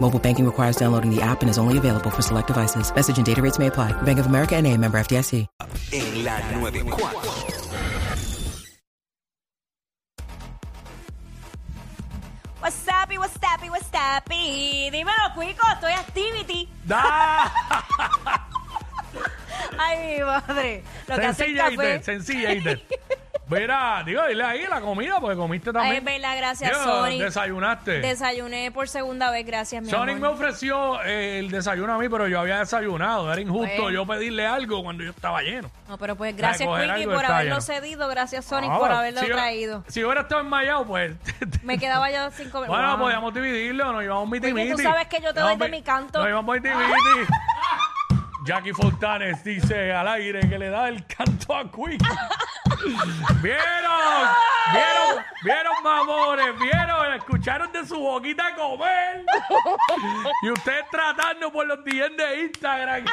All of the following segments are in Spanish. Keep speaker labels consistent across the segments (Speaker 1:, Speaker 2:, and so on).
Speaker 1: Mobile banking requires downloading the app and is only available for select devices. Message and data rates may apply. Bank of America and a member FDIC.
Speaker 2: en la 94.
Speaker 3: What's up, y what's up, y what's up, y- Dímelo, Cuico, estoy activity. Ay, mi madre. Lo que hace el
Speaker 4: Sencilla, Iter,
Speaker 3: café.
Speaker 4: sencilla, Iter. Mira, digo, dile ahí la comida, porque comiste también.
Speaker 3: Ay, es verdad, gracias,
Speaker 4: Digo,
Speaker 3: Sonic.
Speaker 4: Desayunaste.
Speaker 3: Desayuné por segunda vez, gracias, mi
Speaker 4: Sonic me
Speaker 3: amor.
Speaker 4: ofreció eh, el desayuno a mí, pero yo había desayunado. Era injusto
Speaker 3: Bueno.
Speaker 4: yo pedirle algo cuando yo estaba lleno.
Speaker 3: No, pero pues gracias,
Speaker 4: coger
Speaker 3: Quickie,
Speaker 4: algo
Speaker 3: por
Speaker 4: está
Speaker 3: haberlo
Speaker 4: lleno.
Speaker 3: cedido. Gracias, Sonic,
Speaker 4: Ah,
Speaker 3: por
Speaker 4: bueno,
Speaker 3: haberlo
Speaker 4: si yo-
Speaker 3: traído.
Speaker 4: si yo hubiera estado enmayado, pues.
Speaker 3: Me quedaba yo sin comer.
Speaker 4: bueno, pues,
Speaker 3: Wow.
Speaker 4: podíamos dividirlo, nos íbamos miti
Speaker 3: Porque tú
Speaker 4: miti.
Speaker 3: sabes que yo te
Speaker 4: Nos
Speaker 3: doy de
Speaker 4: íbamos-
Speaker 3: mi canto.
Speaker 4: Nos íbamos miti miti. Jackie Fontanes dice al aire que le da el canto a Quick. ¿Vieron? ¿Vieron? ¿Vieron, mamones? ¿Vieron? Escucharon de su boquita comer. Y ustedes tratando por los días de Instagram.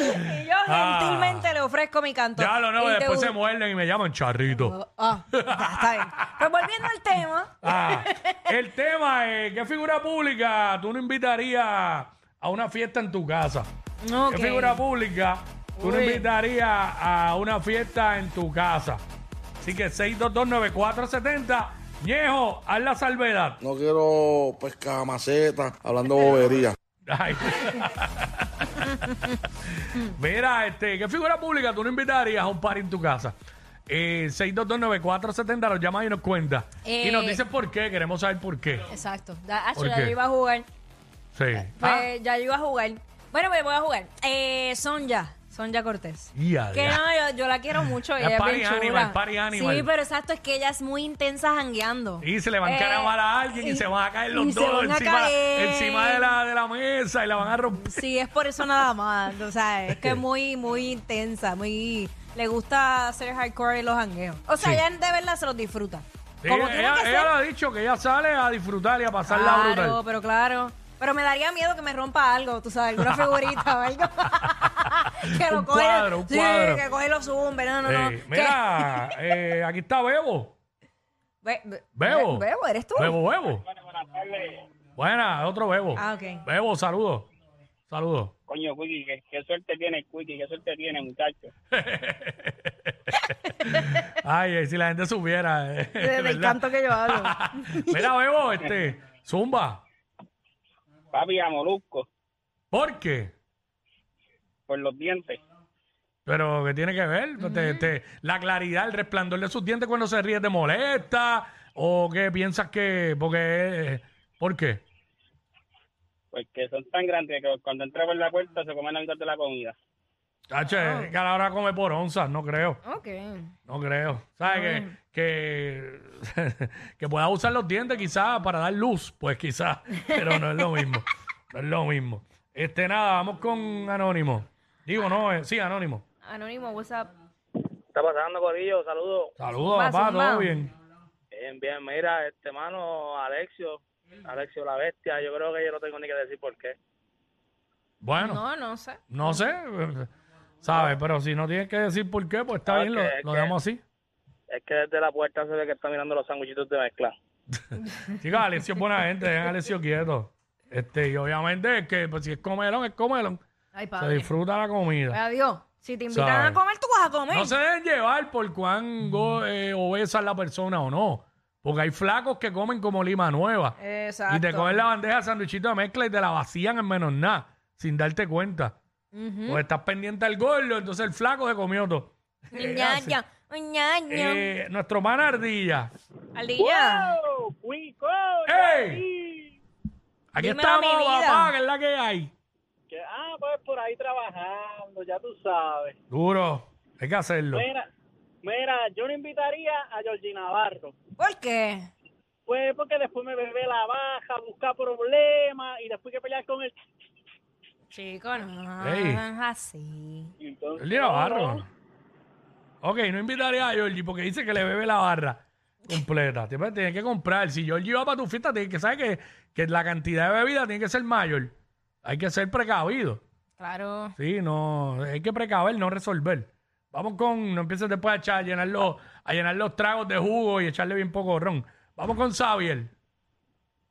Speaker 3: Y yo
Speaker 4: Ah.
Speaker 3: gentilmente le ofrezco mi canto.
Speaker 4: Ya lo no,
Speaker 3: Y te
Speaker 4: después
Speaker 3: gu-
Speaker 4: se muerden y me llaman charrito.
Speaker 3: Ah, ya, está bien. Pues volviendo al tema.
Speaker 4: Ah, el tema es, ¿qué figura pública tú no invitarías a una fiesta en tu casa?
Speaker 3: Ok.
Speaker 4: ¿Qué figura pública tú no
Speaker 3: Uy.
Speaker 4: invitarías a una fiesta en tu casa? Así que 6229470, Ñejo, haz la salvedad.
Speaker 5: No quiero pescar maceta hablando bobería.
Speaker 4: Ay. Mira, este, ¿qué figura pública tú no invitarías a un party en tu casa? Eh, 6229470 nos llama y nos cuenta. y nos
Speaker 3: Eh.
Speaker 4: dices por qué, queremos saber por qué.
Speaker 3: Exacto. Ya, ah,
Speaker 4: ¿Por
Speaker 3: ya
Speaker 4: qué?
Speaker 3: yo iba a jugar.
Speaker 4: Sí. Ah,
Speaker 3: Pues ya yo iba a jugar. Bueno, pues voy a jugar. Eh, Sonja, Sonja Cortés.
Speaker 4: Y adiós.
Speaker 3: Que no, yo, yo la quiero mucho.
Speaker 4: Es
Speaker 3: Ella es
Speaker 4: party
Speaker 3: bien chula.
Speaker 4: animal, party animal.
Speaker 3: Sí, pero exacto, es que ella es muy intensa jangueando.
Speaker 4: Y se le van
Speaker 3: Eh,
Speaker 4: a encarabar a alguien y,
Speaker 3: y-
Speaker 4: se van a caer
Speaker 3: y
Speaker 4: los
Speaker 3: se
Speaker 4: dos
Speaker 3: van a
Speaker 4: encima,
Speaker 3: caer.
Speaker 4: encima de, la, de la mesa y la van a romper.
Speaker 3: Sí, es por eso nada más. O sea, es que es muy, muy intensa, muy... Le gusta hacer hardcore y los jangueos. O sea,
Speaker 4: Sí.
Speaker 3: ella de verdad se los disfruta. Como
Speaker 4: Ella,
Speaker 3: tiene
Speaker 4: ella-
Speaker 3: que ser.
Speaker 4: ella lo ha dicho, que ella sale a disfrutar y a pasarla
Speaker 3: Claro,
Speaker 4: brutal.
Speaker 3: pero claro. Pero me daría miedo que me rompa algo, tú sabes, alguna figurita o algo. que lo
Speaker 4: Un
Speaker 3: coge.
Speaker 4: cuadro, un
Speaker 3: sí,
Speaker 4: cuadro.
Speaker 3: que coge y lo zumbe. No, no, no.
Speaker 4: Eh,
Speaker 3: Que-
Speaker 4: mira, eh, aquí está Bebo.
Speaker 3: Be- be-
Speaker 4: Bebo.
Speaker 3: Be- Bebo, ¿eres tú?
Speaker 4: Bebo, Bebo. Buena, otro Bebo.
Speaker 3: Ah, ok.
Speaker 4: Bebo, saludos. Saludos.
Speaker 6: Coño, Wiki, qué, qué suerte tiene el Wiki, qué suerte tiene, muchacho.
Speaker 4: Ay, eh, si la gente supiera. eh,
Speaker 3: De- del
Speaker 4: ¿verdad?
Speaker 3: canto que yo hablo.
Speaker 4: Mira, Bebo, este, zumba.
Speaker 6: Papi a Molusco,
Speaker 4: ¿Por qué?
Speaker 6: por los dientes.
Speaker 4: Pero ¿qué tiene que ver? Te-
Speaker 3: Mm.
Speaker 4: te- la claridad, el resplandor de sus dientes cuando se ríe te molesta o qué piensas que porque eh, ¿por qué?
Speaker 6: Porque son tan grandes que cuando entra por la puerta se comen la mitad de la comida.
Speaker 4: Tacho, es que a la hora come por onzas, no creo,
Speaker 3: Ok.
Speaker 4: no creo. ¿Sabes? Que, que, que pueda usar los dientes quizás para dar luz, pues quizás, pero no es lo mismo, no es lo mismo. Este, nada, vamos con Anónimo. Digo, no, eh, sí, Anónimo.
Speaker 3: Anónimo, WhatsApp.
Speaker 6: está pasando, Corillo? Saludos.
Speaker 4: Saludos,
Speaker 3: Zumba,
Speaker 4: papá,
Speaker 3: zumba.
Speaker 4: todo bien.
Speaker 6: Bien, bien, mira, este mano, Alexio, Alexio la bestia, yo creo que yo no tengo ni que decir por qué.
Speaker 4: Bueno.
Speaker 3: No, no sé.
Speaker 4: No sé, ¿sabes? Pero si no tienes que decir por qué, pues está
Speaker 6: Ah,
Speaker 4: bien, lo,
Speaker 6: que- que-
Speaker 4: lo dejamos así.
Speaker 6: Es que desde la puerta se ve que está mirando los sanguchitos de mezcla.
Speaker 4: Chicas, Alessio es buena gente, dejen a Alessio quieto. Este, y obviamente es que pues, si es comelón, es comelón.
Speaker 3: Ay,
Speaker 4: Se
Speaker 3: padre.
Speaker 4: disfruta la comida.
Speaker 3: Adiós. Si te invitan
Speaker 4: Sabe.
Speaker 3: a comer, tú vas a comer.
Speaker 4: No se deben llevar por cuán go- eh, obesa es la persona o no. Porque hay flacos que comen como lima nueva.
Speaker 3: Exacto.
Speaker 4: Y te comen la bandeja de sandwichito de mezcla y te la vacían en menos nada, sin darte Pues cuenta. Porque estás pendiente al gordo, entonces el flaco se comió todo.
Speaker 3: Ya, ya. Un ñaño.
Speaker 4: Eh, nuestro man Ardilla.
Speaker 3: Ardilla.
Speaker 6: ¡Wow! ¡Cuico!
Speaker 4: ¡Ey! Aquí
Speaker 3: Dímelo,
Speaker 4: estamos,
Speaker 3: mi vida.
Speaker 4: papá, que es la que hay.
Speaker 6: Que- Ah, pues por ahí trabajando, ya tú sabes.
Speaker 4: Duro, hay que hacerlo.
Speaker 6: Mira, mira, yo no invitaría a Georgina Navarro.
Speaker 3: ¿Por qué?
Speaker 6: Pues porque después me bebe la baja, busca problemas y después hay que pelear con él.
Speaker 3: Chico, no.
Speaker 4: Ey.
Speaker 3: Es así.
Speaker 6: Y entonces-
Speaker 4: Jordi Navarro. Ok, no invitaría a Georgie porque dice que le bebe la barra completa. Tienes tienes que comprar. Si Georgie va para tu fiesta, tienes que saber que, que la cantidad de bebida tiene que ser mayor. Hay que ser precavido.
Speaker 3: Claro.
Speaker 4: Sí, no, hay que precaver, no resolver. Vamos con, no empieces después a, echar, a, llenar los, a llenar los tragos de jugo y echarle bien poco ron. Vamos con Xavier.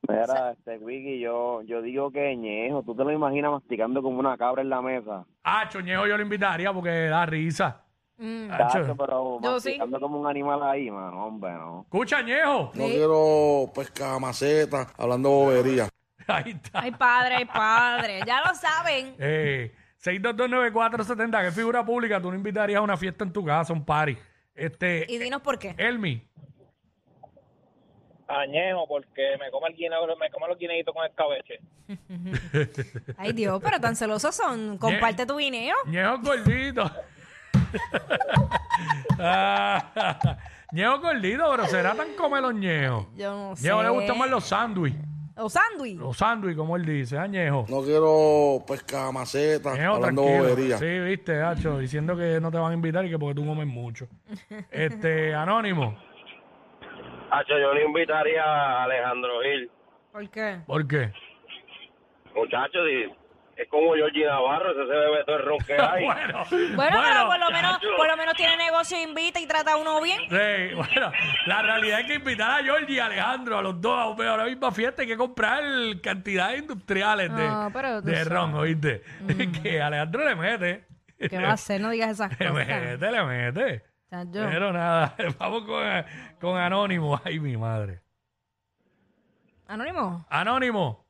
Speaker 7: Mira, este Wiki, yo, yo digo que ñejo, tú te lo imaginas masticando como una cabra en la mesa.
Speaker 4: Ah, Choñejo yo lo invitaría porque da risa.
Speaker 3: Mm.
Speaker 4: Acho.
Speaker 7: Tacho, pero
Speaker 3: Yo sí.
Speaker 7: masticando como un animal ahí, mano, hombre, no.
Speaker 4: Escucha, Ñejo.
Speaker 5: No quiero pescar maceta hablando bobería.
Speaker 4: Ahí está.
Speaker 3: Ay, padre, ay, padre. Ya lo saben.
Speaker 4: Eh, 6229470, ¿qué figura pública tú no invitarías a una fiesta en tu casa, un party? Este,
Speaker 3: Y dinos por qué.
Speaker 4: Elmi,
Speaker 6: Añejo, porque me come el guineo, me come los guineitos con el escabeche.
Speaker 3: Ay, Dios, pero tan celosos son. Comparte tu guineo.
Speaker 4: Ñejo gordito. Ah, Ñejo gordito, pero será tan comelón Ñejo.
Speaker 3: Yo no sé.
Speaker 4: Ñejo le gustan más los sándwiches.
Speaker 3: O sándwich.
Speaker 4: Los sándwiches, como él dice, añejo.
Speaker 5: No quiero pescar maceta
Speaker 4: Ñejo,
Speaker 5: hablando
Speaker 4: tranquilo.
Speaker 5: bobería.
Speaker 4: Sí, viste, Hacho, diciendo que no te van a invitar y que porque tú comes mucho. Este, Anónimo,
Speaker 6: Hacho, yo le invitaría a Alejandro Gil.
Speaker 3: ¿Por qué?
Speaker 4: ¿por qué?
Speaker 6: Muchachos, es como Georgie Navarro, ese se bebe todo el ron que hay.
Speaker 4: Bueno,
Speaker 3: Bueno, pero por
Speaker 4: bueno,
Speaker 3: lo menos, por lo menos tiene negocio, invita y trata a uno bien.
Speaker 4: Sí, bueno, la realidad es que invitar a Georgie y a Alejandro, a los dos, a una- a la misma fiesta, hay que comprar cantidades industriales de,
Speaker 3: No, pero tú
Speaker 4: de
Speaker 3: sabes. Mm.
Speaker 4: ron, ¿oíste? Que Alejandro le mete.
Speaker 3: ¿Qué va a hacer? No digas esas
Speaker 4: Le
Speaker 3: cosas.
Speaker 4: mete, le mete.
Speaker 3: Chacho.
Speaker 4: Pero nada, vamos con, con Anónimo. Ay, mi madre.
Speaker 3: Anónimo.
Speaker 4: Anónimo.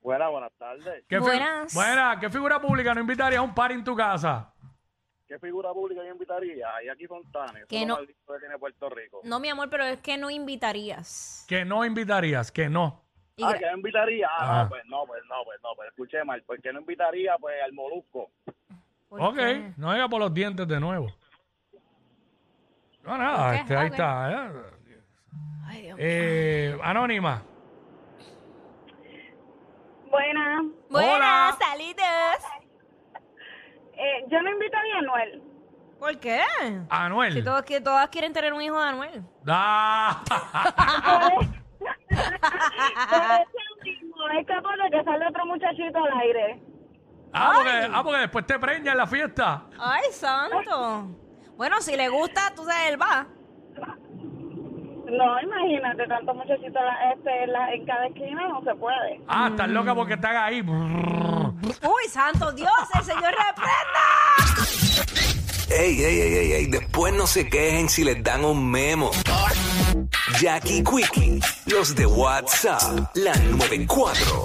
Speaker 7: Buena, buenas tardes.
Speaker 4: ¿qué fi-
Speaker 3: Buenas.
Speaker 4: Buenas, ¿qué figura pública no invitaría a un par en tu casa?
Speaker 7: ¿Qué figura pública yo invitaría? Hay aquí Fontanes,
Speaker 3: Que no,
Speaker 7: que tiene Puerto Rico.
Speaker 3: no, mi amor, pero es que no invitarías.
Speaker 4: Que no invitarías, que no.
Speaker 3: Y gra-
Speaker 7: yo invitaría?
Speaker 4: Ah, Ajá.
Speaker 7: pues no, pues no, pues no, pues escuché mal. ¿Por qué no invitaría, pues, al Molusco?
Speaker 3: ¿por
Speaker 4: Ok,
Speaker 3: qué?
Speaker 4: no diga por los dientes de nuevo. No, nada,
Speaker 3: Ok,
Speaker 4: este, ahí
Speaker 3: ok.
Speaker 4: está. eh.
Speaker 3: Ay, Dios.
Speaker 4: Eh, anónima.
Speaker 8: Buenas.
Speaker 3: Buenas, salidas.
Speaker 8: Eh, yo no invitaría a Anuel.
Speaker 3: ¿Por qué?
Speaker 4: Anuel.
Speaker 3: Si todos, que todas quieren tener un hijo de Anuel.
Speaker 4: Ah,
Speaker 8: Por eso mismo, es capaz de que sale otro muchachito al aire.
Speaker 4: ah, porque, ah, porque después te preña en la fiesta.
Speaker 3: Ay, santo. Bueno, si le gusta, tú sabes, él va.
Speaker 8: No, imagínate, tanto muchachito la- este, la- en cada esquina no se puede.
Speaker 4: Ah, estás loca porque te haga ahí.
Speaker 3: Uy, santo Dios, el Señor reprenda.
Speaker 2: Ey, ey, ey, ey, ey, después no se quejen si les dan un memo. Jackie Quickie, los de WhatsApp, la 94.